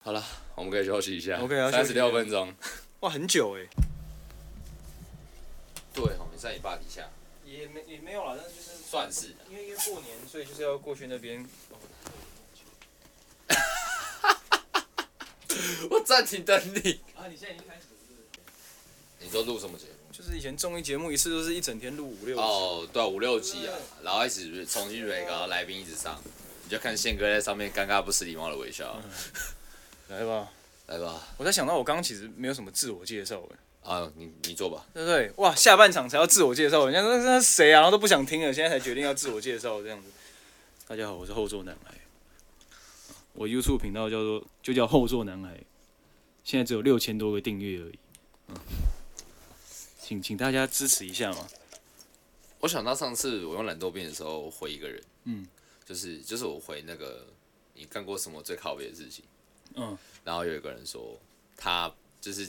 好了，我们可以休息一下。我们可以要休三息十一下六分钟。哇，很久哎、对哦，你在你爸底下，也没也没有啦，但是就是算是 因为因为过年，所以就是要过去那边。哦我暂停等你。啊，你现在已经开始你说录什么节目？就是以前综艺节目一次都是一整天录五六集，哦，对啊，五六集啊，然后一直重新 re 然后来宾一直上，你就看宪哥在上面尴尬不失礼貌的微笑。嗯来吧。来吧，我在想到我刚刚其实没有什么自我介绍哎、啊，你你坐吧。对不对？哇，下半场才要自我介绍，人家说那是谁啊，然后都不想听了，现在才决定要自我介绍这样子。大家好，我是后座男孩，我 YouTube 频道叫做就叫后座男孩，现在只有六千多个订阅而已，嗯请请大家支持一下嘛。我想到上次我用懒惰变的时候回一个人，嗯，就是就是我回那个你干过什么最靠北的事情，嗯，然后有一个人说他就是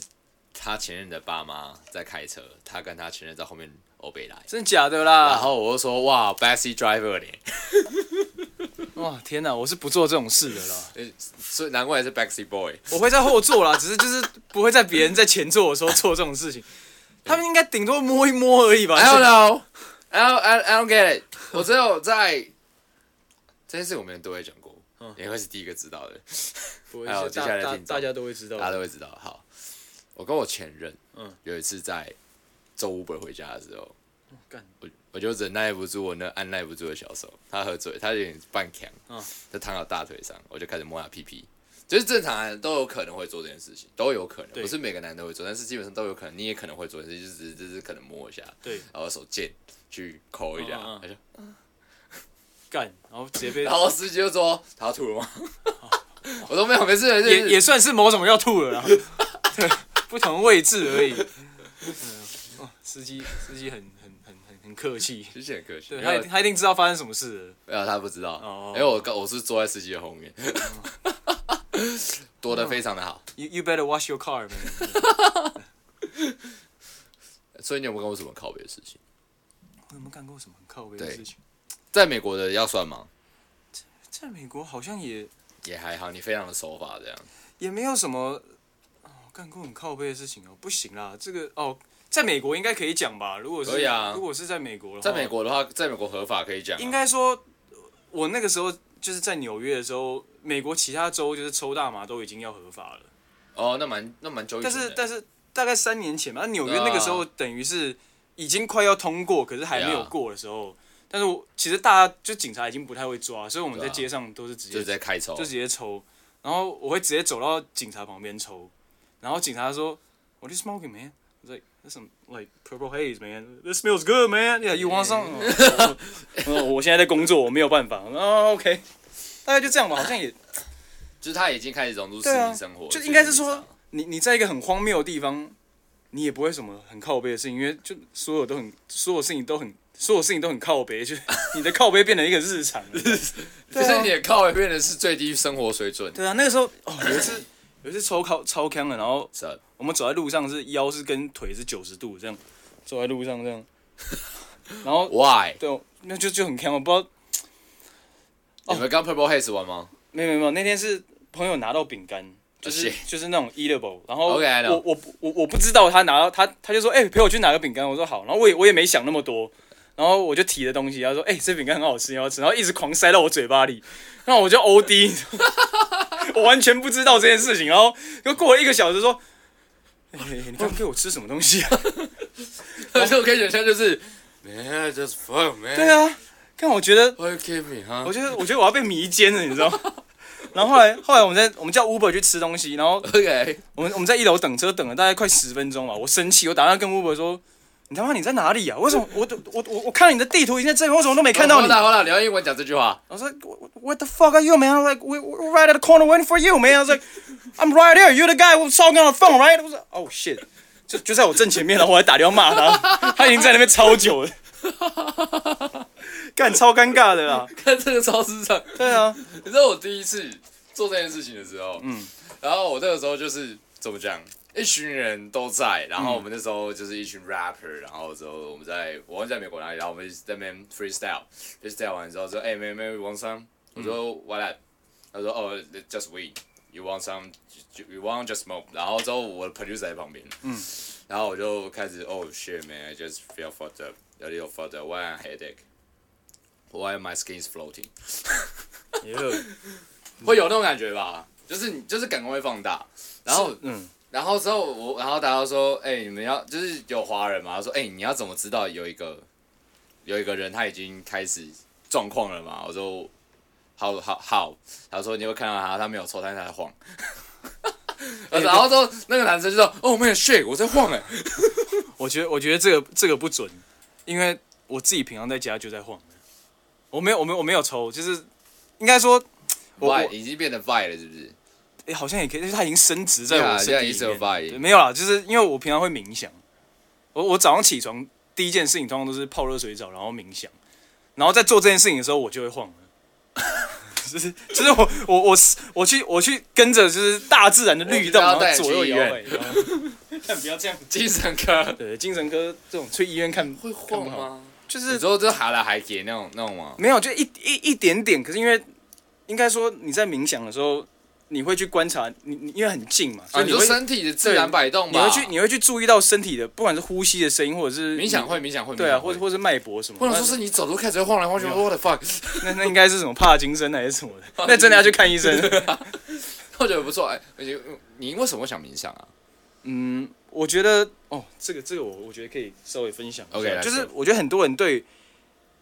他前任的爸妈在开车，他跟他前任在后面欧北来，真的假的啦？然后我就说哇 b a s s y driver 呢，哇，天哪，我是不做这种事的啦，呃所以难怪是 backseat boy，我会在后座啦，只是就是不会在别人在前座的时候做这种事情。他们应该顶多摸一摸而已吧。 I don't know. I don't, I don't- I don't get it. 我只有在这件事，我们都会讲过，你会是第一个知道的，不会还有接下来的大听众大大家都会知道大家都会知道。好，我跟我前任，嗯有一次在坐 Uber 回家的时候，干我我就忍耐不住我那按耐不住的小手，他喝醉，他有点半强，嗯就躺到大腿上，我就开始摸他屁屁。就是正常人都有可能会做这件事情，都有可能，对不是每个男人都会做，但是基本上都有可能，你也可能会做，就是只是只是可能摸一下，对，然后手贱去抠一下，嗯嗯嗯他就干，然后直接被然后司机就说他要吐了吗？ 我说没有，没事没事。也没也事算是某种要 吐了啦，对，不同位置而已。嗯，哦，司机司机很很很很很客气，其实很可惜，对没他一有定他一定知道发生什么事了。没有他不知道，哦因为我刚我是坐在司机的后面，嗯 躲得非常的好。 You you better wash your car man。所以你有没有跟我什么靠别的事情？我有没有干过什么很靠背的对事情？在美国的要算吗？在美国好像也也还好，你非常的守法这样。也没有什么哦，干过很靠背的事情哦，不行啦，这个哦，在美国应该可以讲吧？如果可是以啊如果是在美国的话，在美国的话，在美国合法可以讲啊，哦应该说，呃我那个时候就是在纽约的时候，美国其他州就是抽大麻都已经要合法了，哦，那蛮那蛮久以但前的。是但是大概三年前吧，那纽约对啊那个时候等于是已经快要通过，可是还没有对啊过的时候，但是我其实大家就警察已经不太会抓，所以我们在对啊街上都是直就接是在开抽就，直接抽，然后我会直接走到警察旁边抽，然后警察说，What are you smoking, man? I was like, that's some like purple haze, man. This smells good, man. Yeah, you want some? 我我我现在在工作，我没有办法。哦、o k 大概就这样吧，好像也就是他已经开始融入市对啊民生活了，就应该是所以说，你你在一个很荒谬的地方，你也不会什么很靠背的事情，因为就所有都很，所有事情都很，所有事情都很靠背，就是 你的靠背变成一个日常了。就啊是你的靠也变得是最低生活水准。对啊，那个时候哦，有一次有一次抽靠超康了，然后是啊我们走在路上是腰是跟腿是九十度这样，走在路上这样，然后，Why？对哦，那就就很坑，我不知道，哦你们刚 Purple Haze 玩吗？没有没有没有，那天是朋友拿到饼干，就是、 shit 就是那种 eatable，然后 Okay, I know. 我我不我我不知道他拿到他他就说哎、陪我去拿个饼干，我说好，然后我也我也没想那么多。然后我就提了东西，他说：“哎、这饼干很好吃，你要吃。”然后一直狂塞到我嘴巴里，然后我就 O D，我完全不知道这件事情。然后又过了一个小时，说：“哎、你刚给我吃什么东西啊？”哦而且我可以想象 就是，Man, just fuck, man。对啊，但我觉得， Why you kill me, 哈、我觉得，我觉得我要被迷奸了，你知道吗？ 然后后来，后来我们在我们叫 Uber 去吃东西，然后 OK，我们我们在一楼等车，等了大概快十分钟吧。我生气，我打算跟 Uber 说：“你他妈你在哪里啊？为什么我我我我看了你的地图已经在这边，为什么都没看到好 你了好了，你要英文讲这句话。 ？”I was like, "What- "What the fuck are you, man? I was like, we we're right at the corner waiting for you, man. I was like, I'm right here. You're the guy who's talking on the phone, right? I was like, oh shit. 就就在我正前面，然后我还打电话骂他， 他已经在那边超久了， 干超尴尬的啦。看这个超市场，对啊，你知道我第一次做这件事情的时候，嗯，然后我那个时候就是怎么讲，一群人都在，然后我们那时候就是一群 rapper，然后之后我们在我忘记在美国哪里，然后我们在那边嗯 freestyle，freestyle 完之后说，哎、妹妹王商，我说 what up，他说哦、just weed， you want some you want just smoke，然后之后我的 producer 在旁边，嗯，然后我就开始 oh shit man，I just feel fucked up，a little fucked up，why I headache，why my skin is floating，也有嗯会有那种感觉吧？就是你就是感官会放大，然后嗯，然后之后我，然后大家说，哎、你们要就是有华人嘛？他说，哎、你要怎么知道有一个有一个人他已经开始状况了嘛？我说，好好好，他说你会看到他，他没有抽，但是他在晃。哎然后之后那个男生就说，哦，man shit，我在晃哎、我觉得我觉得这个这个不准，因为我自己平常在家就在晃的，我没有我没有我没有抽，就是应该说，我我 v i 已经变成 v i 了，是不是？诶好像也可以，但是它已经升值在我 Yeah, 身 yeah, 体 it's a 里面 vibe. 对没有啦，就是因为我平常会冥想，我我早上起床第一件事情通常都是泡热水澡，然后冥想，然后在做这件事情的时候，我就会晃了。 就是就是我我我我去我去跟着就是大自然的律动，我然知道后左右摇摆带。然后 但不要这样。精神科对，呃精神科这种去医院看会晃吗？就你是说这喊来喊去那种那种吗？没有，就一一一点点。可是因为应该说你在冥想的时候，你会去观察你你因为很近嘛，所啊，以你你说会、身体的自然摆动你吧？会去你会去注意到身体的，不管是呼吸的声音，或者是冥想会冥想会，对冥啊，想或会者或是脉搏什么。或者说是你走路开始晃来晃去没有，what the fuck？ 那那那应该是什么帕金森还是什么的？那真的要去看医生。我觉得不错，哎、而且嗯你为什么会想冥想啊？嗯，我觉得哦，这个这个我我觉得可以稍微分享一下 OK，来就是说我觉得很多人对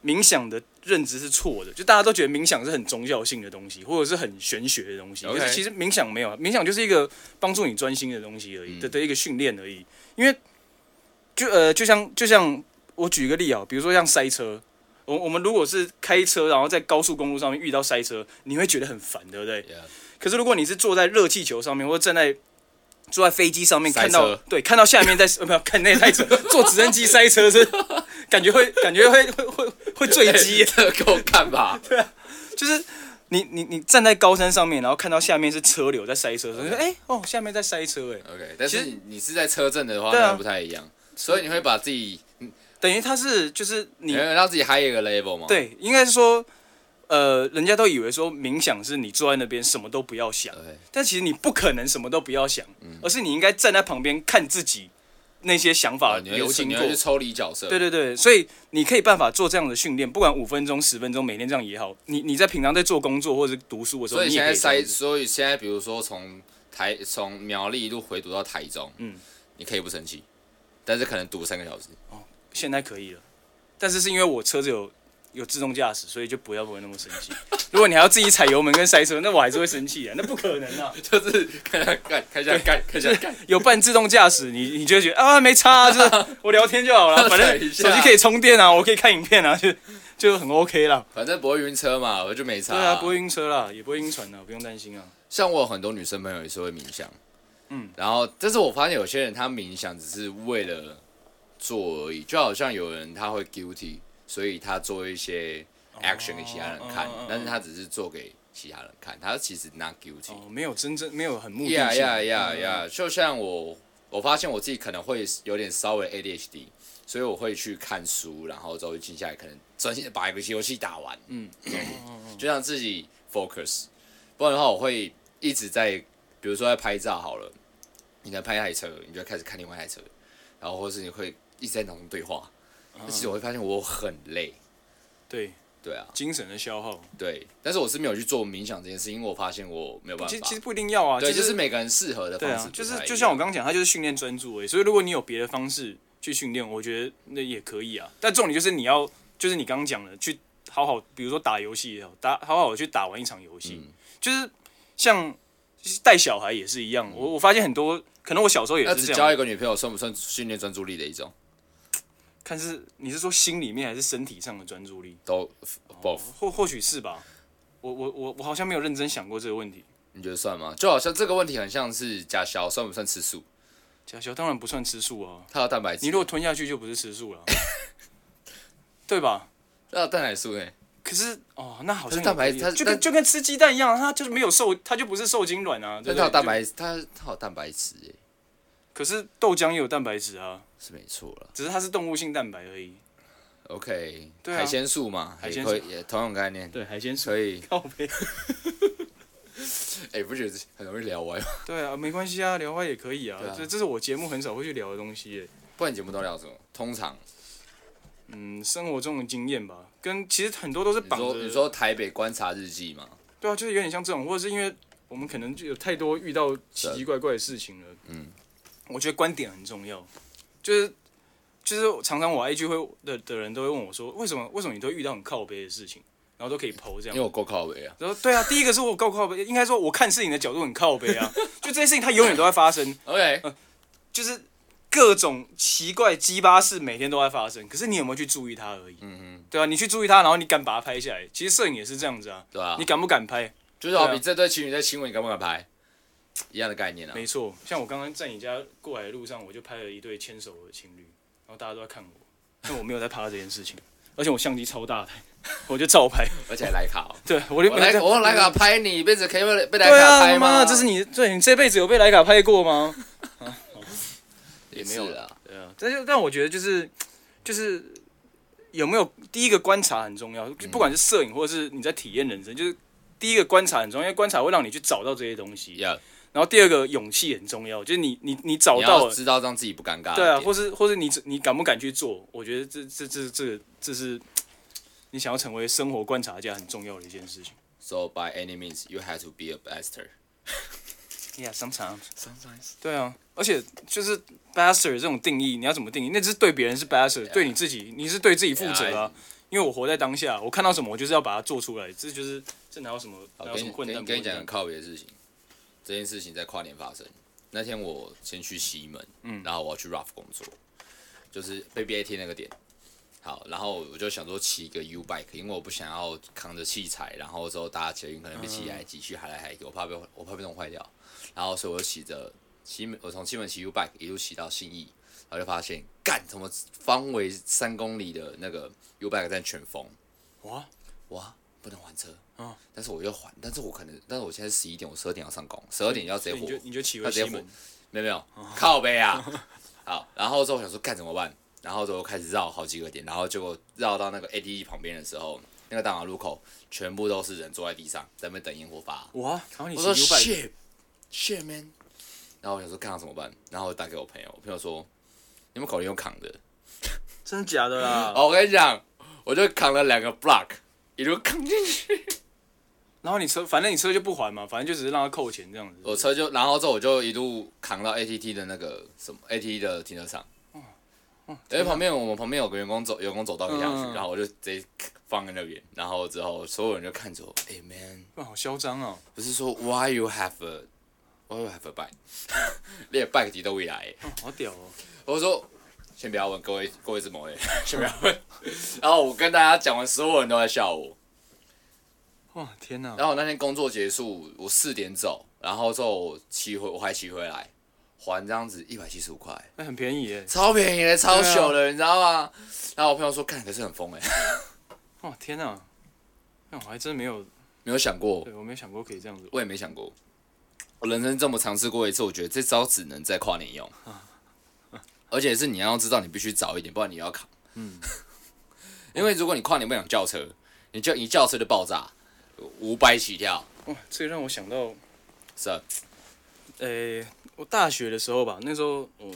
冥想的认知是错的，就大家都觉得冥想是很宗教性的东西，或者是很玄学的东西 OK 可是其实冥想没有，啊冥想就是一个帮助你专心的东西而已嗯的、的一个训练而已。因为就呃，就像就像我举一个例啊，比如说像塞车。我我们如果是开车，然后在高速公路上面遇到塞车，你会觉得很烦，对不对？ 可是如果你是坐在热气球上面，或者站在坐在飞机上面塞看到车，对，看到下面在呃没有看那 也太扯，坐直升机塞车是感觉会感觉会会会会坠机，这个够看 吧？就是你你你站在高山上面，然后看到下面是车流在塞车，你说哎哦下面在塞车哎， OK，但是其实你你是在车震的话，对啊那不太一样，所以你会把自己，等于它是就是你你会让自己嗨一个 level 吗？，对应该是说。呃，人家都以为说冥想是你坐在那边什么都不要想， OK，但其实你不可能什么都不要想，嗯而是你应该站在旁边看自己那些想法啊，你流会去经你过，会去抽离角色，对对对，所以你可以办法做这样的训练，不管五分钟、十分钟，每天这样也好。你你在平常在做工作或者是读书的时候，所以你也现在可以这塞，样子所以现在比如说从台从苗栗一路回堵到台中，嗯，你可以不生气，但是可能堵三个小时，现在可以了，但是是因为我车子有有自动驾驶，所以就不要不会那么生气。 如果你还要自己踩油门跟塞车，那我还是会生气的，那不可能 啊！ 就是看一下干，看一下干，看一下干，有半自动驾驶，你你就会觉得啊没差、啊， 就是我聊天就好了，反踩正一手下机可以充电啊，我可以看影片啊，就就很 OK 啦。 反正不会晕车嘛，我就没差、对啊，不会晕车啦，也不会晕船啦，不用担心啊。像我有很多女生朋友也是会冥想，嗯嗯，然后但是我发现有些人他冥想只是为了做而已，就好像有人他会 guilty，所以他做一些 action 给其他人看，嗯嗯嗯但是他只是做给其他人看，他其实 not guilty。哦，没有真正没有很目的性。呀呀呀嗯呀！就像我，我发现我自己可能会有点稍微 ADHD，所以我会去看书，然后之后静下来，可能专心地把一个游戏打完，嗯嗯，就让自己 focus。不然的话，我会一直在，比如说在拍照好了，你在拍一台车，你就开始看另外一台车，然后或是你会一直在脑中对话，哦但其实我会发现我很累，对，对啊，精神的消耗。对，但是我是没有去做冥想这件事，因为我发现我没有办其实其实法。不一定要啊，对，就就是每个人适合的对方啊式，，就是就像我。刚刚讲，它就是训练专注而已。所以如果你有别的方式去训练，我觉得那也可以啊。但重点就是你要，就是你刚刚讲的，去好好，比如说打游戏也好，打好好地去打完一场游戏，嗯就是像带小孩也是一样。我我发现很多，可能我小时候也嗯那是只这交样。一个女朋友算不算训练专注力的一种？看是你是说心里面还是身体上的专注力？都 both，或或许是吧。我我我我好像没有认真想过这个问题。你觉得算吗？就好像这个问题很像是假消算不算吃素？假小当然不算吃素啊。它有蛋白质，你如果吞下去就不是吃素了， 对吧？它有蛋奶素欸呢？可是哦，那好像它是蛋白也不一样它就跟但就跟吃鸡蛋一样，它就是没有受，它就不是受精卵啊。对但不它有对蛋白，它它有蛋白质诶，可是豆浆也有蛋白质啊，是没错了。只是它是动物性蛋白而已。 OK，对啊海鲜素嘛，海也鲜素可以，也同样概念，对，海鲜水所以靠背。哎、不觉得很容易聊歪吗？ 对啊，没关系啊，聊话也可以啊对啊。这、这是我节目很少会去聊的东西耶。不然你节目都聊什么？通常嗯，生活中的经验吧，跟其实很多都是你绑说着。你说台北观察日记嘛，对啊，就是有点像这种，或者是因为我们可能就有太多遇到奇奇怪怪的事情了。啊嗯，我觉得观点很重要，就是就是常常我 IG 会的的人都会问我说，为什么为什么你都会遇到很靠背的事情，然后都可以剖这因样为。我够靠北啊。然后对啊，第一个是我够靠背，应该说我看事情的角度很靠背啊，就这些事情它永远都在发生， OK，嗯就是各种奇怪鸡巴事每天都在发生，可是你有没有去注意它而已？嗯对啊，你去注意它，然后你敢把它拍下来，其实摄影也是这样子啊哼，，对啊你，敢不敢拍？就是好对比啊这对情侣在亲吻，你敢不敢拍？一样的概念啊。没错，像我刚刚在你家过来的路上，我就拍了一对牵手的情侣，然后大家都在看我，但我没有在怕这件事情，而且我相机超大台，我就照拍。而且还徕卡哦，对，我就我徕卡我用徕卡拍你，一辈子可以被被徕对卡啊，拍他妈吗？的，这是你对你这辈子有被徕卡拍过吗？也没有啦。对啊，但是但我觉得就是就是有没有第一个观察很重要，就嗯不管是摄影或者是你在体验人生，就是第一个观察很重要，因为观察会让你去找到这些东西。要然后第二个勇气很重要，就是你你你找你到要了，知道让自己不尴尬。对啊，，或是或是你你敢不敢去做？我觉得这这这这个这是你想要成为生活观察家很重要的一件事情。 So by any means, you have to be a bastard. Yeah, sometimes. Sometimes. 对啊，而且就是 bastard 这种定义，你要怎么定义？那只是对别人是 bastard，、对你自己你是对自己负责啊。因为我活在当下，我看到什么我就是要把它做出来，这就是这哪有什么好，哪有跟什么你混跟蛋你不跟你混讲蛋个？靠别的事情，这件事情在跨年发生。那天我先去西门，嗯，然后我要去 Rough 工作，就是被 BAT 那个点。好，然后我就想说骑一个 U bike，因为我不想要扛着器材，然后之后搭捷运可能被骑来挤去，还来还去，我怕被我怕被弄坏掉。然后所以我就骑着西门，我从西门骑 U bike 一路骑到信义，然后就发现干怎么方为三公里的那个 U bike 站全封，哇，哇，不能还车。嗯但是我要还，但是我可能，但是我现在十一点，我十二点要上工，十二点要直接所以火啊你，就嗯你就骑他回直接西火门，，没有没有，靠背啊。好，然后之后我想说干怎么办，然后之后开始绕好几个点，然后结果绕到那个 ADE 旁边的时候，那个大马路口全部都是人坐在地上，在那边等烟火发。哇，然后你我说骑 U 拜 shit shit man，然后我想说看到怎么办，然后我打给我朋友，我朋友说你们考虑用扛的，真的假的啦？哦，我跟你讲，我就扛了两个 block，一路扛进去。然后你车，反正你车就不还嘛，反正就只是让他扣钱这样子。我车就，然后之后我就一路扛到 ATT 的那个什么 ATT 的停车场。因为旁边我们旁边有个员工走员工走道可以下去，嗯嗯嗯然后我就直接放在那边，然后之后所有人就看着我，哎、man，哇，好嚣张哦！不是说 why you have a why you have a bike，你的 bike 提到未来，欸哦好屌哦！我说先不要问各位各位是 某人，先不要问，然后我跟大家讲完，所有人都在笑我，哇，天哪！然后我那天工作结束，我四点走，然后之后我骑回我还骑回来，还这样子一百七十五块。那哎很便宜耶！超便宜的，超小的，你知道吗？然后我朋友说，看可是很疯哎、哇，天哪！哎那我还真没有， 没有想过，对我没有想过可以这样子。我也没想过，我人生这么尝试过一次，我觉得这招只能在跨年用，而且是你要知道你必须早一点，不然你要扛。嗯，因为如果你跨年不想叫车，你叫你叫车就爆炸，五百起跳，哇，这个让我想到是啊诶、我大学的时候吧，那时候我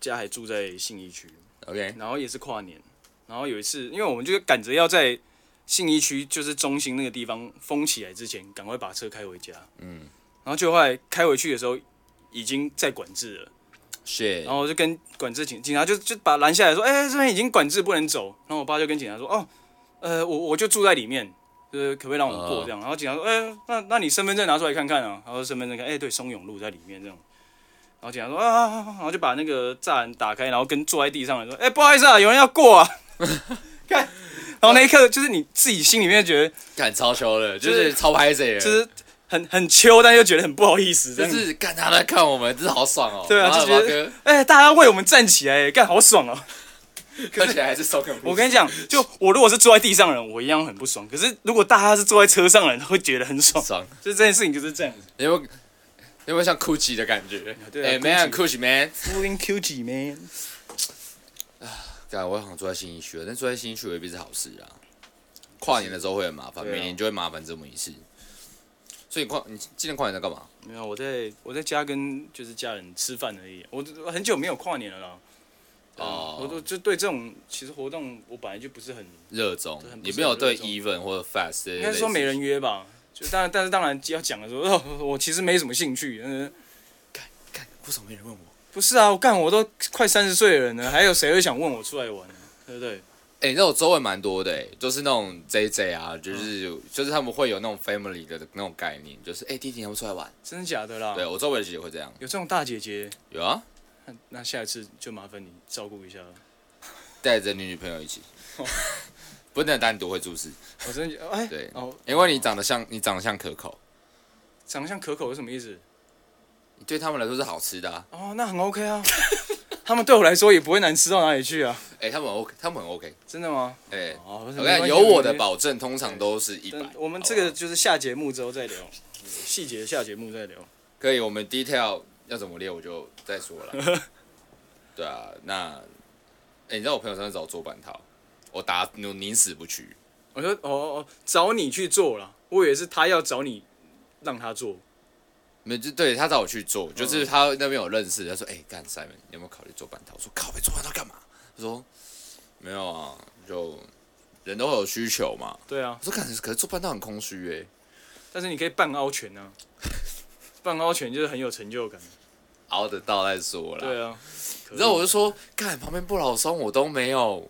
家还住在信义区， OK，然后也是跨年，然后有一次，因为我们就是赶着要在信义区就是中心那个地方封起来之前，赶快把车开回家，嗯然后就后来开回去的时候已经在管制了，然，shit，后我就跟管制警警察就就把拦下来说，哎、这边已经管制不能走，然后我爸就跟警察说，哦，呃，我我就住在里面。就是可不可以让我们过哦这样？然后警察说：“哎、那那你身份证拿出来看看啊。”然后身份证看，哎、对，松永路在里面这样。然后警察说：“啊啊啊啊！”然后就把那个栅栏打开，然后跟坐在地上的人说：“哎、不好意思啊，有人要过啊。”看，然后那一刻就是你自己心里面觉得干超球的，就就是是超拍谁的，就是很很秋，但又觉得很不好意思，这就样子。是干他在看我们，真是好爽哦。对啊然后就觉得哥哎、大家为我们站起来，干好爽哦、看起来还是手感不错。我跟你讲，就我如果是坐在地上的人，我一样很不爽。可是如果大家是坐在车上的人，会觉得很爽。爽。就这件事情就是这样子。有没有有没有像 Gucci 的感觉？对啊哎、没有 Gucci man。 Moving Q 几 man？干，我想住在新一区了，但住在新一区未必是好事啊。跨年的时候会很麻烦，对啊每年就会麻烦这么一次。所以你跨你今年跨年在干嘛？没有，我在我在家跟就是家人吃饭而已。我我很久没有跨年了啦。哦哦，我都就对这种其实活动，我本来就不是很，热衷这很，不你是没有很对热衷 even 或者 fast 这些应该类说似没人约吧。就当然，但是当然要讲的说，哦，我其实没什么兴趣。嗯，干，为什么没人问我？不是啊，我干我都快三十岁的人了，还有谁会想问我出来玩呢？对不对？哎、那我周围蛮多的、欸，就是那种 JJ 啊，嗯就是、就是他们会有那种 family 的那种概念，就是哎、欸弟弟你要不要出来玩？真的假的啦？对啊我周围的姐姐会这样，有这种大姐姐，有啊，那那下一次就麻烦你照顾一下了。带着你女朋友一起，哦 不能单独会出事，我真的觉得哎，对哦，因为你长得像你长得像可口，长得像可口是什么意思？对他们来说是好吃的、啊，哦，那很 OK 啊， 他们对我来说也不会难吃到哪里去啊，哎、他们很 OK，他们很 OK，真的吗？哎、哦，我看有我的，保证，通常都是一没关系没关百系。但我们这好个不好就是下节目之后再聊，细节下节目再聊。可以，我们 detail 要怎么列我就再说了。对啊，那哎、你知道我朋友上次找我做半套，我打我宁死不屈。我说哦哦，哦找你去做了，我以为是他要找你让他做，没就对他找我去做，就是嗯他那边有认识，他说：“哎、干 Simon，你有没有考虑做半套？”我说：“靠，我做半套干嘛？”他说：“没有啊，就人都会有需求嘛。对啊”我，说：“干，可是做半套很空虚哎、但是你可以半凹拳啊，半凹拳就是很有成就感，熬得到再说啦。对啊。然后我就说：“干，旁边不老松我都没有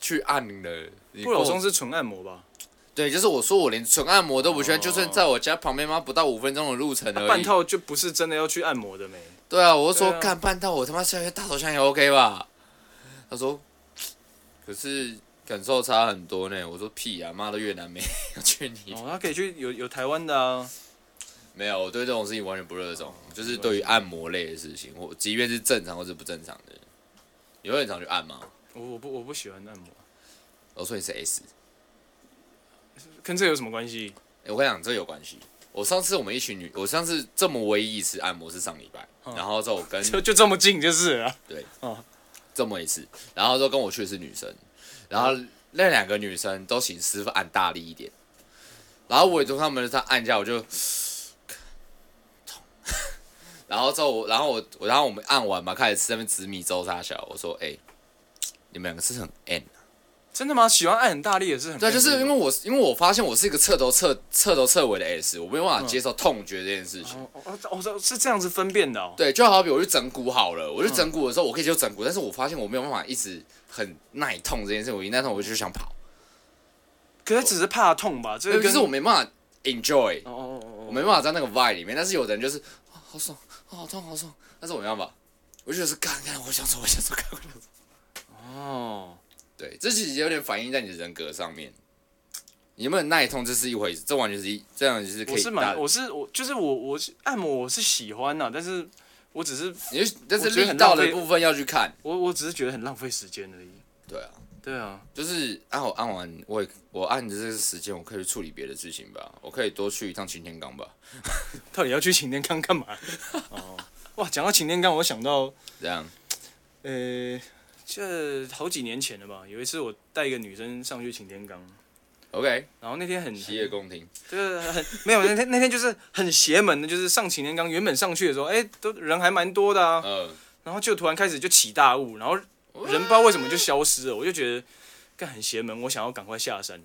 去按了。你不老跟我松是纯按摩吧？对，就是我说我连纯按摩都不喜欢，哦就算在我家旁边妈不到五分钟的路程而已。半套就不是真的要去按摩的没。对啊，我就说对啊干半套，我他妈下月大头像也 OK 吧？他说，可是感受差很多呢。我说屁啊，妈的越南没有去你、哦，他可以去有有台湾的啊，没有，我对这种事情完全不热哦衷，就是对于按摩类的事情，我即便是正常或是不正常的，你会很常去按吗？我我不我不喜欢按摩，我说你是 S，、跟这有什么关系？欸我跟你讲这有关系。我上次我们一群女，我上次这么唯一一次按摩是上礼拜，嗯然后之后我跟 就就这么近就是了啊。这么一次，然后说跟我去的是女生，然后那两个女生都请师傅按大力一点，然后我也从他们他按一下我就 痛，然后之后我然后我我然后我们按完嘛，开始吃那边紫米粥沙小，我说哎、你们两个是很 N，真的吗？喜欢按很大力也是很对啊，就是因为为我因为我发现我是一个彻头彻彻头彻尾的 S，我没有办法接受痛觉这件事情。哦哦哦哦是这样子分辨的哦。对，就好比我去整骨好了，嗯我去整骨的时候，我可以接受整骨，但是我发现我没有办法一直很耐痛这件事，我一耐痛我就想跑。可是只是怕痛吧？这对，个就是我们没办法 enjoy，哦哦哦我哦没办法在那个 vibe 里面。但是有的人就是啊、好爽，啊好痛，好爽，但是我没办法，我就觉得是干干，我想走，我想走，干我想走。哦， 对，这其实有点反映在你的人格上面。你有没有耐痛，这是一回事，这完全是一这样就是可我以是大蛮我是我就是我我是按摩我是喜欢呐、但是我只是你就但是我觉得力很道浪费的部分要去看。我我只是觉得很浪费时间而已。对啊，对啊，就是按我按完，我也我按的这个时间，我可以去处理别的事情吧，我可以多去一趟擎天岗吧，到底要去擎天岗干嘛？哦，哇，讲到擎天岗，我想到这样。呃，这好几年前了吧？有一次我带一个女生上去擎天岗， OK，然后那天很洗耳恭听。就是很 没有那天那天就是很邪门的，就是上擎天岗原本上去的时候，哎、都人还蛮多的啊，嗯、然后就突然开始就起大雾，然后人不知道为什么就消失了，我就觉得干很邪门，我想要赶快下山。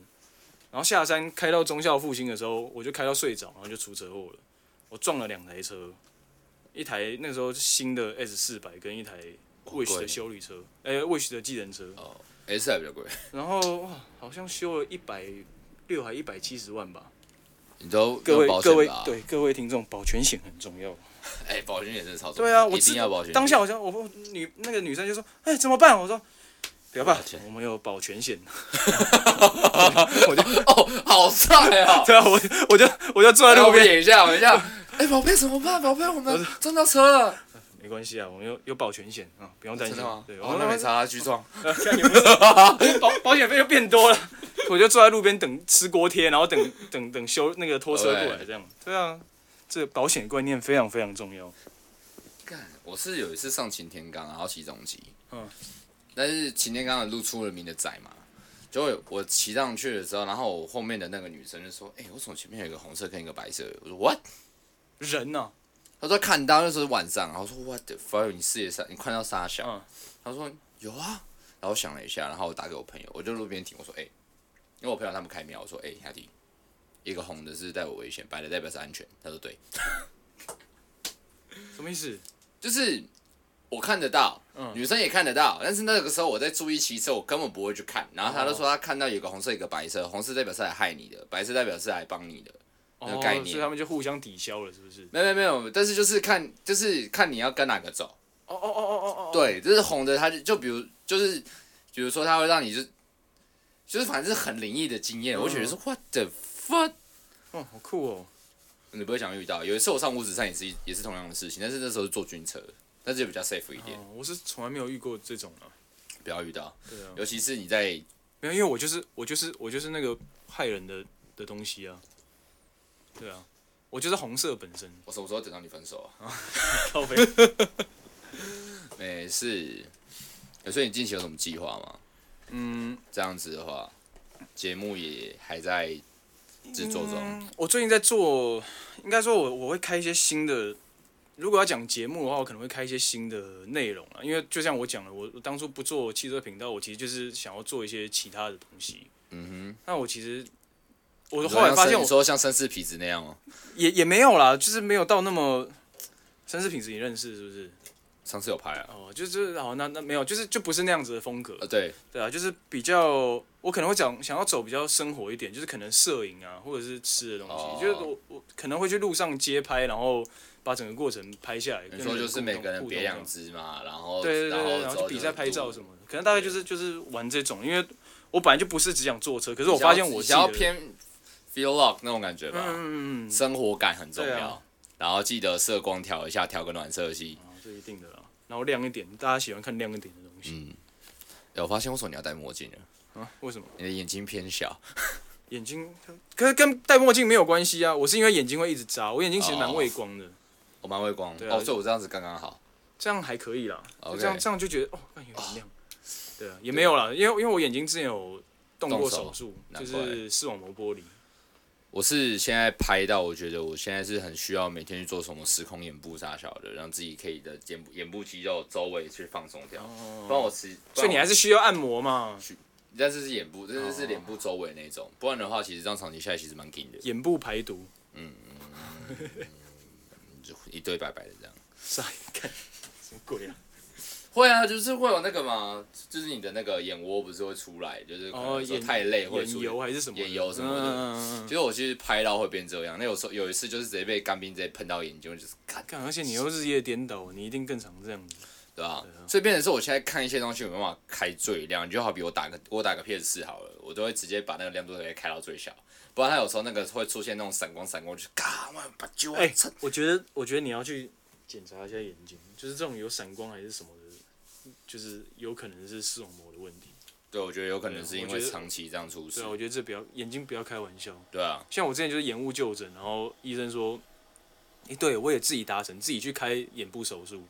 然后下山开到忠孝复兴的时候，我就开到睡着，然后就出车祸了，我撞了两台车，一台那时候新的 S 四百跟一台贵 Wish 的修理车，哎、w i s h 的计程车，哦，S 还比较贵，然后哇，好像修了一百六还一百七十万吧。你都各用位保险啊各位吧，对各位听众，保全险很重要。哎、保险也是超重要对啊，我一定知要保险。当下好像我我女那个女生就说：“哎，怎么办？”我说：“不要怕保全，我们有保全险。哦，好帅” 啊！ 对啊，我我就我就坐在来，路我们边，演一下，我们一下。哎、宝贝，怎么办？宝贝，我们撞到车了。没关系啊，我们有有保全险啊，不用担真心的吗。？对，哎哦，那没差，去撞。保保险费又变多了， 我就坐在路边等吃锅贴，然后等等等修那个拖车过来这样。对啊，这个保险观念非常非常重要。干，我是有一次上擎天岗，然后起重机，嗯嗯，但是擎天岗的路出了名的窄嘛，就会我骑上去的时候，然后我后面的那个女生就说：“哎、我怎么前面有一个红色跟一个白色？”我说：“What？” 人呢、她说：“看到那时候是晚上。”然后我说：“What the fuck？你视野上你看到啥小？”嗯她说：“有啊。”然后我想了一下，然后我打给我朋友，我就路边停，我说：“哎、因为我朋友他们开庙，我说：‘哎、欸，亚迪，一个红的是代表危险，白的代表是安全。’他说：‘对，什么意思？就是我看得到。”嗯女生也看得到，但是那个时候我在注意骑车，我根本不会去看。然后他就哦说他看到有个红色，一个白色，红色代表是来害你的，白色代表是来帮你的。那个概念哦，所以他们就互相抵消了，是不是？没有没有没有，但是就是看就是看你要跟哪个走。哦哦哦哦哦哦，对，就是红的，他就就比如就是比如说他会让你就就是反正是很灵异的经嗯验，我觉得说 what the fuck。哦，好酷哦。你不会想遇到，有一次我上五指山也是也是同样的事情，但是那时候是坐军车，但是就比较 safe 一点，哦，我是从来没有遇过这种啊。不要遇到，对啊，尤其是你在没有，因为我就是我就是我就是那个害人的的东西啊。对啊，我就是红色本身。我什么时候等到你分手啊？靠背，没事。欸所以你近期有什么计划吗？嗯，这样子的话，节目也还在制作中。嗯我最近在做，应该说我我会开一些新的。如果要讲节目的话，我可能会开一些新的内容啊了，因为就像我讲的，我我当初不做汽车频道，我其实就是想要做一些其他的东西。嗯那我其实，我哼，后来发现你我说像绅士痞子那样哦、也也没有啦，就是没有到那么。绅士品质你认识是不是？上次有拍啊？哦，就是好，那那没有，就是就不是那样子的风格呃，，对，对啊，就是比较我可能会讲想要走比较生活一点，就是可能摄影啊，或者是吃的东西，哦就是我我可能会去路上街拍，然后把整个过程拍下来。你跟说人就是互每动个人互别动两这样只嘛，然后对对然对，后然后之去比赛拍照什么。么的，可能大概对就是就是玩这种，因为我本来就不是只想坐车，可是我你想要发现我你想要自己的偏 feel log 那种感觉吧，嗯嗯嗯嗯，生活感很重对要。啊然后记得色光调一下，调个暖色系。啊这一定的啦。然后亮一点，大家喜欢看亮一点的东西嗯，欸我发现为什么你要戴墨镜了？啊？为什么？你的眼睛偏小。眼睛，可是跟戴墨镜没有关系啊。我是因为眼睛会一直眨，我眼睛其实蛮哦畏光的，我蛮会光、对啊哦，所以我这样子刚刚好。这样还可以啦。 OK 这样这样就觉得哦，看有点亮。对啊，也没有啦，因为因为我眼睛之前有动过动手手术，就难怪是视网膜剥离。我是现在拍到，我觉得我现在是很需要每天去做什么时空眼部啥小的，让自己可以的眼部眼部肌肉周围去放松掉。不然我吃，所以你还是，是需要按摩嘛，但是是眼部，但是是脸部周围那种，不然的话，其实这样长期下来其实蛮紧的，眼部排毒。 就一堆白白的这样。啥？看什么鬼啊？会啊，就是会有那个嘛，就是你的那个眼窝不是会出来，就是可哦，能说眼太累或者眼出油还是什么的？眼油什么的嗯嗯嗯嗯其实我其实拍到会变这样，那有时候有一次就是直接被干冰直接喷到眼睛，我就是看，干，而且你又日夜颠倒，你一定更常这样子。对啊吧、所以变成是我现在看一些东西，我没办法开最亮，就好比我打个我打个 PS 四好了，我都会直接把那个亮度直接开到最小，不然它有时候那个会出现那种闪光闪光，就是嘎，我把酒哎、蹭，我觉得，我觉得你要去检查一下眼睛，就是这种有闪光还是什么的，就是有可能是视网膜的问题。对，我觉得有可能是因我为觉得长期这样出事对啊，，我觉得这不要眼睛不要开玩笑。对啊， 像我之前就是延误就诊，然后医生说，哎、对我也自己达成，自己去开眼部手术，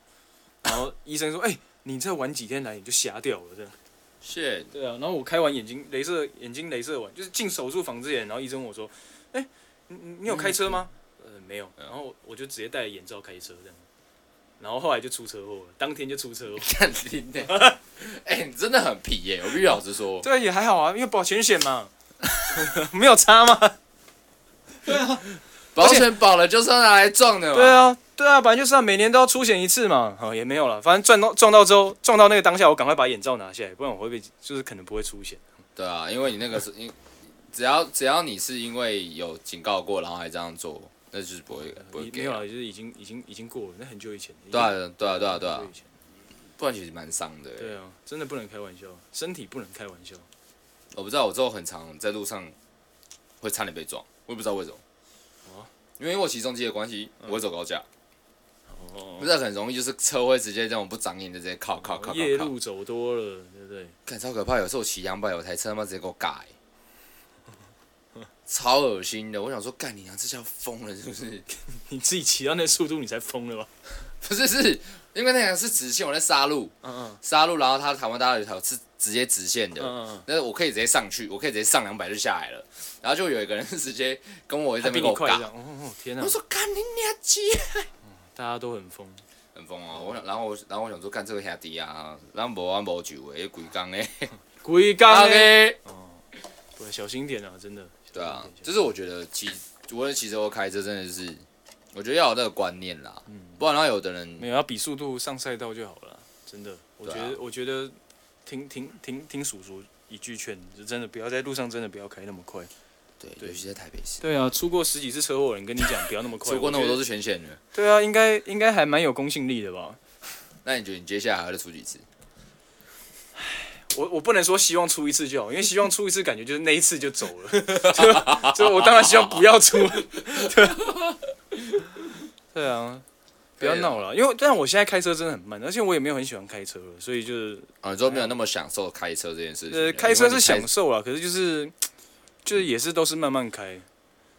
然后医生说，哎、你再晚几天来你就瞎掉了这样。是，对啊，然后我开完眼睛镭射眼睛镭射完，就是进手术房之前，然后医生问我说，哎、你你你有开车吗？呃，没有。然后我就直接戴眼罩开车这样，然后后来就出车祸了，当天就出车祸。看你呢，哎、你真的很皮耶、我必须老实 说， 对，也还好啊，因为保全险嘛， 没有差嘛。保而且险保了就是要拿来撞的嘛，对，啊，对啊，反正就是、啊、每年都要出险一次嘛，哦，也没有了，反正撞到撞到之后，撞到那个当下，我赶快把眼罩拿下来，不然我会被就是可能不会出险。对啊，因为你那个是因，只要只要你是因为有警告过，然后还这样做，那就是不会不会呃没给有啊、了，就是已经已经已经过了，那很久以前。对啊，对啊，对啊，已经对啊很久，以前不然其实蛮伤的、欸。对啊，真的不能开玩笑，身体不能开玩笑。我不知道，我之后很常在路上会差点被撞，我也不知道为什么。哦因为我起重机的关系，我会走高架，嗯哦不，是很容易，就是车会直接这种不长眼的直接啊靠靠靠靠夜靠，路走多了，对不对？ 看超可怕。有时候我骑两百，有台车他妈直接给我嘎、欸，超恶心的。我想说，干你娘，这叫疯了是不是？ 你自己骑到那速度，你才疯了吧？不是，是因为那个是直线，我在杀戮，嗯杀戮，然后它台湾大道有条是直接直线的，嗯嗯那我可以直接上去，我可以直接上两百就下来了。然后就有一个人 直接跟我在他那比边跟你我快尬这，样，哦哦天哪我，说干你娘鸡，大家都很疯，很疯哦。我想，然后我然后我想说干这个兄弟啊，咱无啊无酒诶，鬼刚诶，鬼 刚哎，诶。对，小心点啊，真的。对啊，小心点就是我觉得骑，无论骑车或开车，真的是，我觉得要有那个观念啦，不然的话有的嗯没人有要比速度上赛道就好了，真的。我觉对啊得、我觉得听听听听叔叔一句劝，就真的不要在路上真的不要开那么快。对，对尤其在台北市，对啊，出过十几次车祸的人跟你讲不要那么 快，出过那么多我觉次全险的，得。对啊，应该应该还蛮有公信力的吧？那你觉得你接下来还会再出几次？我我不能说希望出一次就好，因为希望出一次感觉就是那一次就走了， 就就我当然希望不要出。 对啊对啊，不要闹了，因为但我现在开车真的很慢，而且我也没有很喜欢开车了，所以就是啊，你说没有那么享受开车这件事情？呃，开车因为是你享受啦，可是就是就是也是都是慢慢开。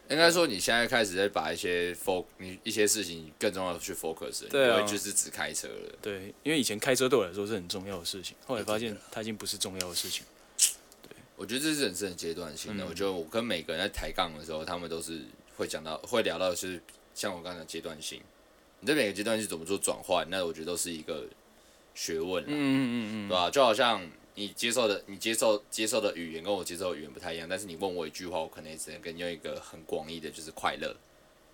应该说你现在开始在把一些 fo 你一些事情更重要的去 focus，了对啊你不会就是只开车了。对，因为以前开车对我来说是很重要的事情，后来发对现对它已经不是重要的事情。我觉得这是人生的阶段性的。嗯我觉得我跟每个人在抬杠的时候，他们都是会讲到会聊到的是像我刚才讲阶段性，你对每个阶段是怎么做转换，那我觉得都是一个学问啦，嗯嗯嗯对吧、就好像你接受的你接受接受的语言跟我接受的语言不太一样，但是你问我一句话，我可能也只能跟用一个很广义的，就是快乐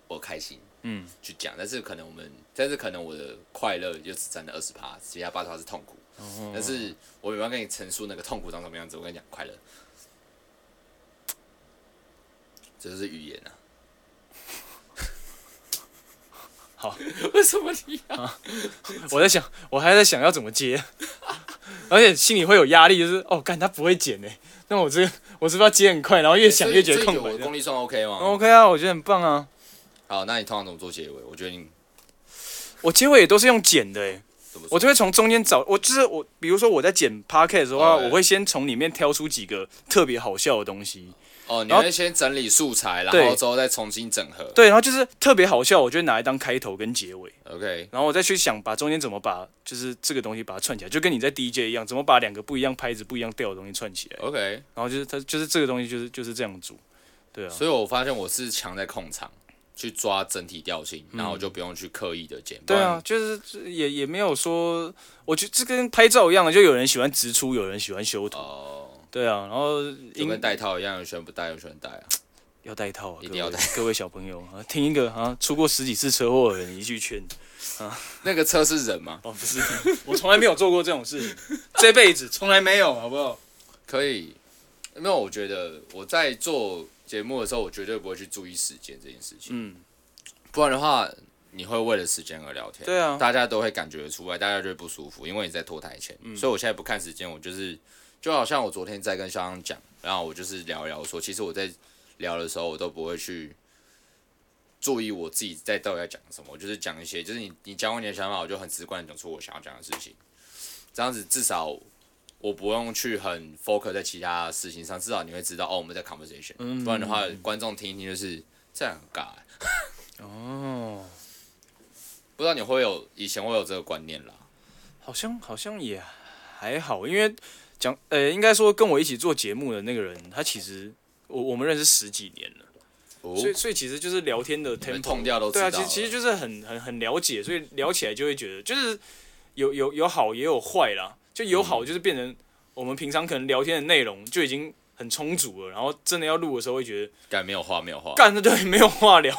我开心。嗯，去讲，但是可能我们，但是可能我的快乐就只占了二十趴，其他八十趴是痛苦。哦但是我没办法跟你陈述那个痛苦长什么样子，我跟你讲快乐，这就是语言啊。 好，为什么你要？我在想，我还在想要怎么接， 而且心里会有压力，就是哦，干他不会剪呢，那我这个我是不是要接很快，然后越想越觉得空所以白我这的功样。力算 OK 吗？ OK 啊，我觉得很棒啊，好，那你通常怎么做结尾？我觉得你我结尾也都是用剪的诶，怎么我说？就会从中间找，我就是我，比如说我在剪 podcast 的话，哦哎我会先从里面挑出几个特别好笑的东西，哦，你然后会先整理素材，然对后之后再重新整合。对，然后就是特别好笑，我就会拿来当开头跟结尾， OK，然后我再去想把中间怎么把就是这个东西把它串起来，就跟你在 DJ 一样，怎么把两个不一样拍子、不一样调的东西串起来。 OK，然后就是它就是这个东西就是就是这样组，对啊。所以我发现我是强在控场，去抓整体调性，然后我就不用去刻意的剪。嗯对不然啊，就是也也没有说，我觉得这跟拍照一样啊，就有人喜欢直出，有人喜欢修图，哦，对啊，然后就跟音戴套一样，有些人不戴，有些人戴 啊。要带套啊，一各定要位各位小朋友啊，听一个啊，出过十几次车祸的人一句劝，那个车是人吗？哦，不是，我从来没有做过这种 事情，这辈子从来没有，好不好？可以，没有，我觉得我在做节目的时候，我绝对不会去注意时间这件事情，嗯，不然的话，你会为了时间而聊天。对啊大家都会感觉出来，大家就会不舒服，因为你在拖台前。嗯所以我现在不看时间，我就是就好像我昨天在跟肖央讲，然后我就是聊一聊说，其实我在聊的时候，我都不会去注意我自己在到底在讲什么，我就是讲一些，就是你你讲完你的想法，我就很直观的讲出我想要讲的事情，这样子至少。我不用去很 focus 在其他事情嗯上，至少你会知道哦，我们在 conversation、不然的话，观众听一听就是这样很尬、欸。哦，不知道你会不会有以前会有这个观念啦。好像好像也还好，因为讲呃，应该说跟我一起做节目的那个人，他其实我我们认识十几年了，哦所以所以其实就是聊天的 tempo 痛掉都知对道啊，了其实其实就是很很很了解，所以聊起来就会觉得就是有有有好也有坏啦，就有好就是变成我们平常可能聊天的内容就已经很充足了，然后真的要录的时候会觉得干没有话没有话，干的对没有话聊，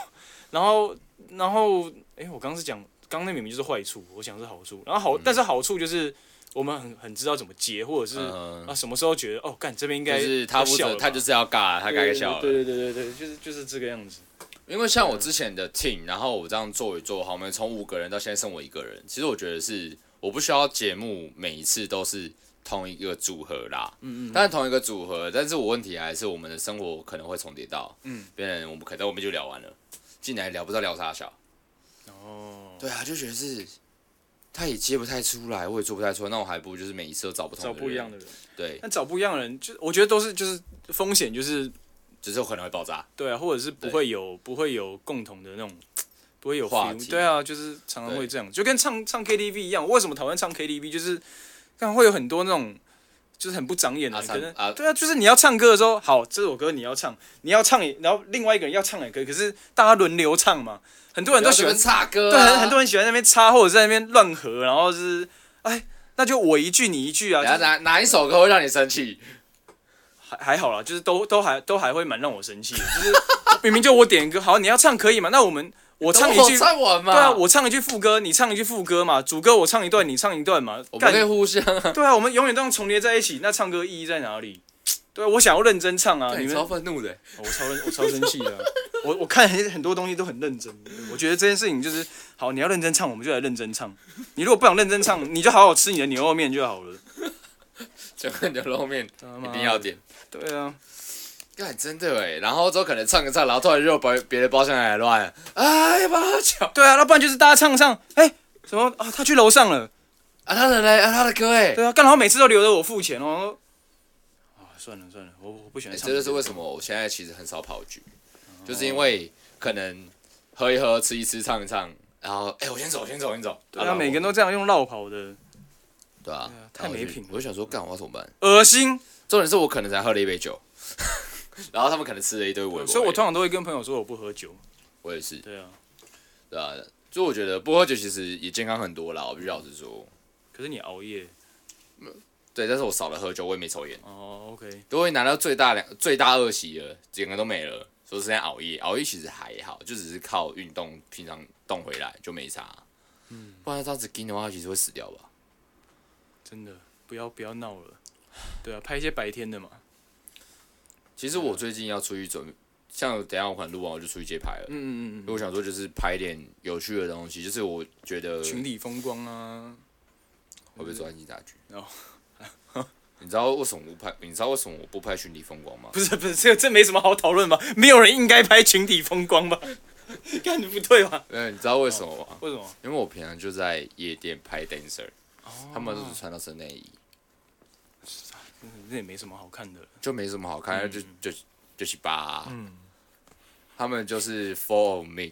然后然后哎、我刚刚是讲刚刚那明明就是坏处，我想是好处，然后嗯好、但是好处就是我们很很知道怎么接，或者是、嗯啊什么时候觉得哦干这边应就该是他要负笑责了吧他就是要尬，他该笑对了。对对对对，就是就是这个样子，因为像我之前的 team，然后我这样做一做，好，我们从五个人到现在剩我一个人，其实我觉得是我不需要节目每一次都是同一个组合啦，嗯嗯，但是同一个组合，但是我问题还是我们的生活可能会重叠到，嗯，别人我们可能我们就聊完了，进来聊不知道聊啥小，哦，对啊，就觉得是。他也接不太出来，我也做不太出来，那我还不如就是每一次都找不同找的不一人样的人。对，但找不一样的人，就我觉得都是就是风险，就是只是有可能会爆炸。对啊，或者是不对会有不会有共同的那种不会有话 feel 题对啊，就是常常对会这样，就跟唱唱 KTV 一样。我为什么讨厌唱 KTV？就是看会有很多那种就是很不长眼的，啊可能、唱啊对啊，就是你要唱歌的时候，好，这首歌你要唱，你要唱也，然后另外一个人要唱也可以，可是大家轮流唱嘛，很多人都喜不要欢这么插歌对，啊，很很多人喜欢在那边插，或者在那边乱合，然后是哎，那就我一句你一句啊，等下就是哪哪一首歌会让你生气？还还好啦，就是都都还都还会蛮让我生气的，就是 明明就我点歌，好，你要唱可以嘛，那我们我唱一等句，唱完嘛。对啊，我唱一句副歌，你唱一句副歌嘛，主歌我唱一段，你唱一段嘛，我们干可以互相啊。对啊，我们永远都要重叠在一起，那唱歌意义在哪里？对啊，我想要认真唱啊，干你你们欸超愤怒的，我超认，我超生气的啊、 我我看很很多东西都很认真，我觉得这件事情就是好，你要认真唱，我们就来认真唱。你如果不想认真唱，你就好好吃你的牛肉面就好了。就跟牛肉面一一定要。点。对啊，干真的哎，然后之后可能唱个唱，然后突然又把别的包厢来乱，啊要不要喝酒？对啊，要不然就是大家唱唱，哎、什么啊？他去楼上了。啊他的嘞，啊他的歌哎，对啊，干然后每次都留着我付钱哦。啊，算了算了，我我不喜欢欸唱、哦这就是为什么我现在其实很少跑局，就是因为可能喝一喝、吃一吃、唱一唱，然后哎、欸我先走，我先走，我先走。对然啊，后每个人我都这样用绕跑的，对啊对啊，然后太没我就品了我就想说，干我要怎么办？恶心。重点是我可能才喝了一杯酒， 然后他们可能吃了一堆围。哦所以我通常都会跟朋友说我不喝酒。我也是，对啊，对啊，就我觉得不喝酒其实也健康很多啦。我必须老实说，可是你熬夜对，但是我少了喝酒，我也没抽烟，哦，OK，都会拿到最大两最大恶习了，整个都没了。说是在熬夜，熬夜其实还好，就只是靠运动，平常动回来就没差。嗯，不然这样子盯的话，其实会死掉吧？真的不要不要闹了。对啊，拍一些白天的嘛。其实我最近要出去准备，像等一下我可能录完我就出去街拍了。嗯嗯因为我想说，就是拍一点有趣的东西，就是我觉得嗯，群体风光啊， 会不会走进警察局？哦 你知道为什么不拍？你知道为什么我不拍群体风光吗？不是不是，这这没什么好讨论吧？没有人应该拍群体风光吧？ 感觉不对吧？嗯，你知道为什么吗？为什么？因为我平常就在夜店拍 dancer，、他们都是穿到身内衣，那也没什么好看的了。就没什么好看，嗯就就就去吧、嗯他们就是 follow me。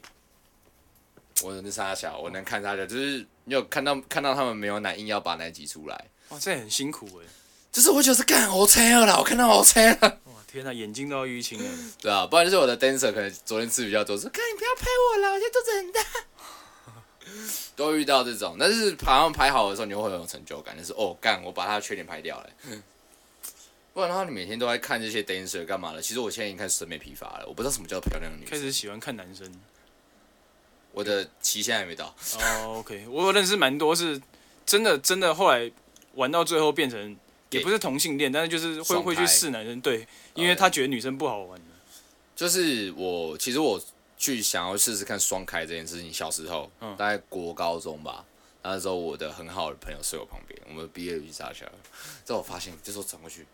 我能傻小，哦我能看傻小，就是你有看到看到他们没有奶，硬要把奶挤出来，哇，这很辛苦哎、就是我就是干我猜了啦，我看到我猜了，哇，天哪、眼睛都要淤青了。 对啊，不然就是我的 dancer 可能昨天吃比较多，说看你不要拍我了，我现在肚子很大。 都遇到这种，但是好像排好的时候，你会很有成就感，就是哦干，我把他的缺点排掉了、 不然的话，你每天都在看这些 dancer 干嘛的？其实我现在已经开始审美疲乏了，我不知道什么叫漂亮的女开生，始喜欢看男生。我的期限还没到。哦、o k 我有认识蛮多是真的真的，后来玩到最后变成也 Gay 不是同性恋，但是就是会双会去排试男生，哦对，因为他觉得女生不好玩就是我其实我去想要试试看双开这件事情，小时候、嗯大概国高中吧，那时候我的很好的朋友睡我旁边，我们毕业旅行傻笑，之后我发现就是我转过去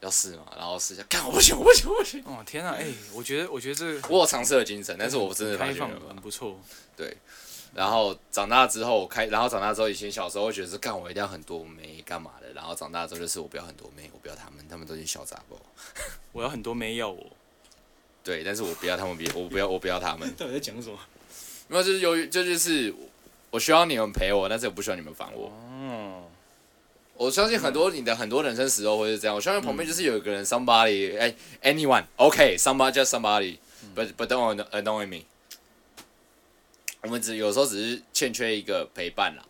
要试嘛，然后试一下，干我不行，我不行，我不行。哦，天啊，哎、我觉得我觉得这个我有尝试的精神，但是我真的发开现放没有办很法不错，然后长大之后，我开，然后长大之后，以前小时候会觉得是干我一定要很多妹干嘛的，然后长大之后就是我不要很多妹，我不要他们，他们都是小杂包。我要很多妹要我。对，但是我不要他们，别我不要我不要他们。到底在讲什么？没有，就是由于这就是我我需要你们陪我，但是我不需要你们烦我。哦，我相信很多你的很多人生时候会是这样。我相信旁边就是有一个人，somebody，哎、a n y o n e o k s o m e b o d y just somebody，but、but don't anno- annoy me。我们只有时候只是欠缺一个陪伴啦，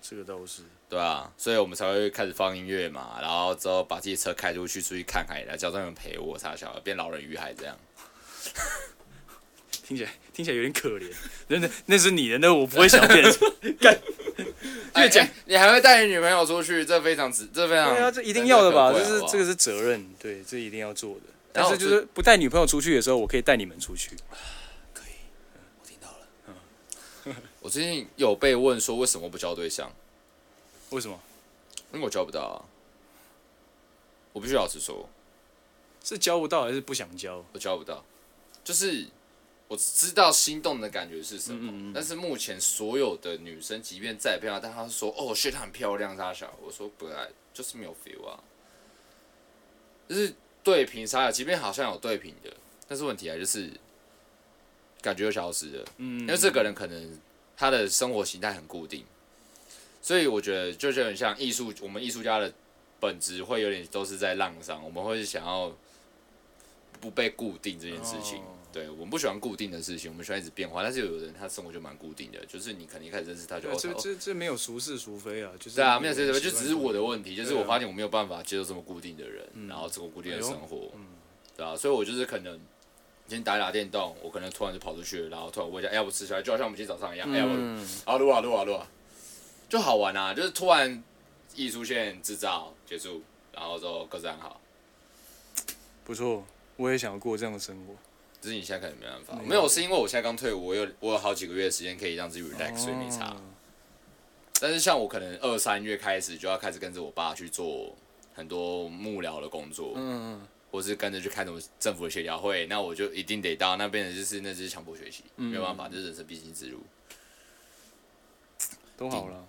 这个倒是，对啊，所以我们才会开始放音乐嘛，然后之后把自己车开出去出去看海，来假装有人陪我，傻小孩变老人与海这样。听起来听起来有点可怜。真的，那是你的，那我不会想 变成。干，哎讲哎你还会带你女朋友出去，这非常值，这非常对啊，这一定要的吧？这这可贵是好不好这个是责任，对，这一定要做的。然但后是就是不带女朋友出去的时候，我可以带你们出去。可以，我听到了。我最近有被问说为什么不交对象，为什么？因为我交不到啊。我必须老实说，是交不到还是不想交？我交不到，就是我知道心动的感觉是什么，嗯嗯嗯但是目前所有的女生，即便再漂亮，但她说哦，shit，她很漂亮，她小，我说不爱，就是没有 feel 啊，就是对平啥的，即便好像有对平的，但是问题啊，就是感觉就消失了。嗯因为这个人可能他的生活形态很固定，所以我觉得就是很像艺术，我们艺术家的本质会有点都是在浪上，我们会想要不被固定这件事情。哦对，我们不喜欢固定的事情，我们喜欢一直变化。但是有的人他生活就蛮固定的，就是你可能一开始认识他就对，这哦，这这没有孰是孰非啊，就是对啊，没有谁什什么，么，就只是我的问题，就是对啊嗯哎我发现我没有办法接受这么固定的人，然后这么固定的生活，对啊，所以我就是可能先打一打电动，我可能突然就跑出去了，然后突然问一下，哎，要不吃宵夜，就好像我们今天早上一样，哎，要不嗯，啊录啊录啊录啊，就好玩啊，就是突然艺术线制造结束，然后之后各自安好。不错，我也想要过这样的生活。只是你现在可能没办法，没有没有是因为我现在刚退伍，我有我有好几个月的时间可以让自己 relax，所以没差。哦但是像我可能二三月开始就要开始跟着我爸去做很多幕僚的工作，嗯或是跟着去看什么政府的协调会，那我就一定得到那边的就是那就是强迫学习，没有办法，这是人生必经之路，嗯，都好了，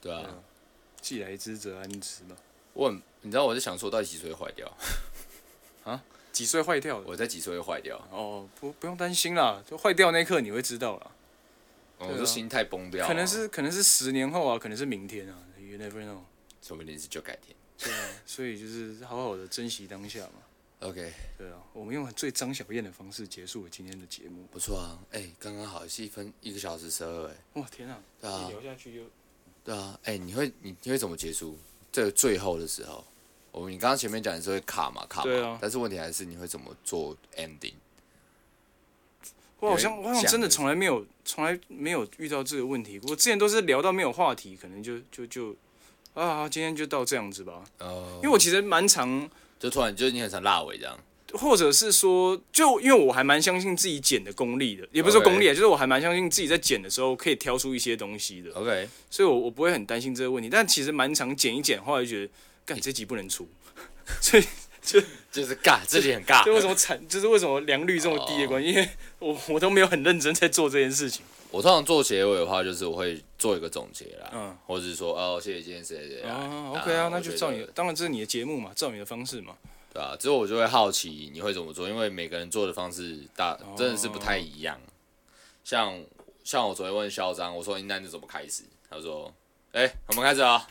对啊。对啊既来之则安之嘛。我很，你知道我在想说，到底几岁会坏掉？几岁坏掉的？我在几岁会坏掉？哦，不不用担心啦，就坏掉那一刻你会知道啦。我说心态崩掉啊、可能是可能是十年后啊，可能是明天啊，you never know。说不定是就改天。对啊， 所以就是好好的珍惜当下嘛。 OK，对啊，我们用最张小燕的方式结束了今天的节目。不错啊，哎、刚刚好是一分一个小时十二，哎，哇，天啊，对啊一聊下去又对啊，哎、你会你你会怎么结束？最最后的时候，我们你刚刚前面讲的是会卡嘛卡嘛，对啊但是问题还是你会怎么做 ending？我好像有我点好像真的像从来没有从来没有遇到这个问题，我之前都是聊到没有话题，可能就就就啊，今天就到这样子吧。呃因为我其实蛮常，就突然就是你很常落尾这样，或者是说，就因为我还蛮相信自己剪的功力的，也不是说 OK 功力啊，就是我还蛮相信自己在剪的时候可以挑出一些东西的， OK，所以我我不会很担心这个问题。但其实蛮常剪一剪，后来就觉得，干这集不能出，所以就是尬，这里很尬这为什么产，就是为什么良率这么低的关系，因为我我都没有很认真在做这件事情。我通常做结尾的话，就是我会做一个总结啦，嗯或者是说哦，谢谢今天谁谁谁来啊，OK 啊，那就照你我觉的得，当然这是你的节目嘛，照你的方式嘛。对啊，之后我就会好奇你会怎么做，因为每个人做的方式大哦真的是不太一样。像像我昨天问嚣张，我说你那你怎么开始？他说，哎、我们开始啊，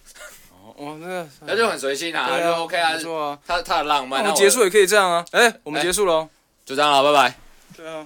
哦，哇，那个他就很随性啊，对他就 OK 啊不，错啊。他他的浪漫，那那我结束我也可以这样啊。哎，我们哎结束喽。就这样了，拜拜。对啊，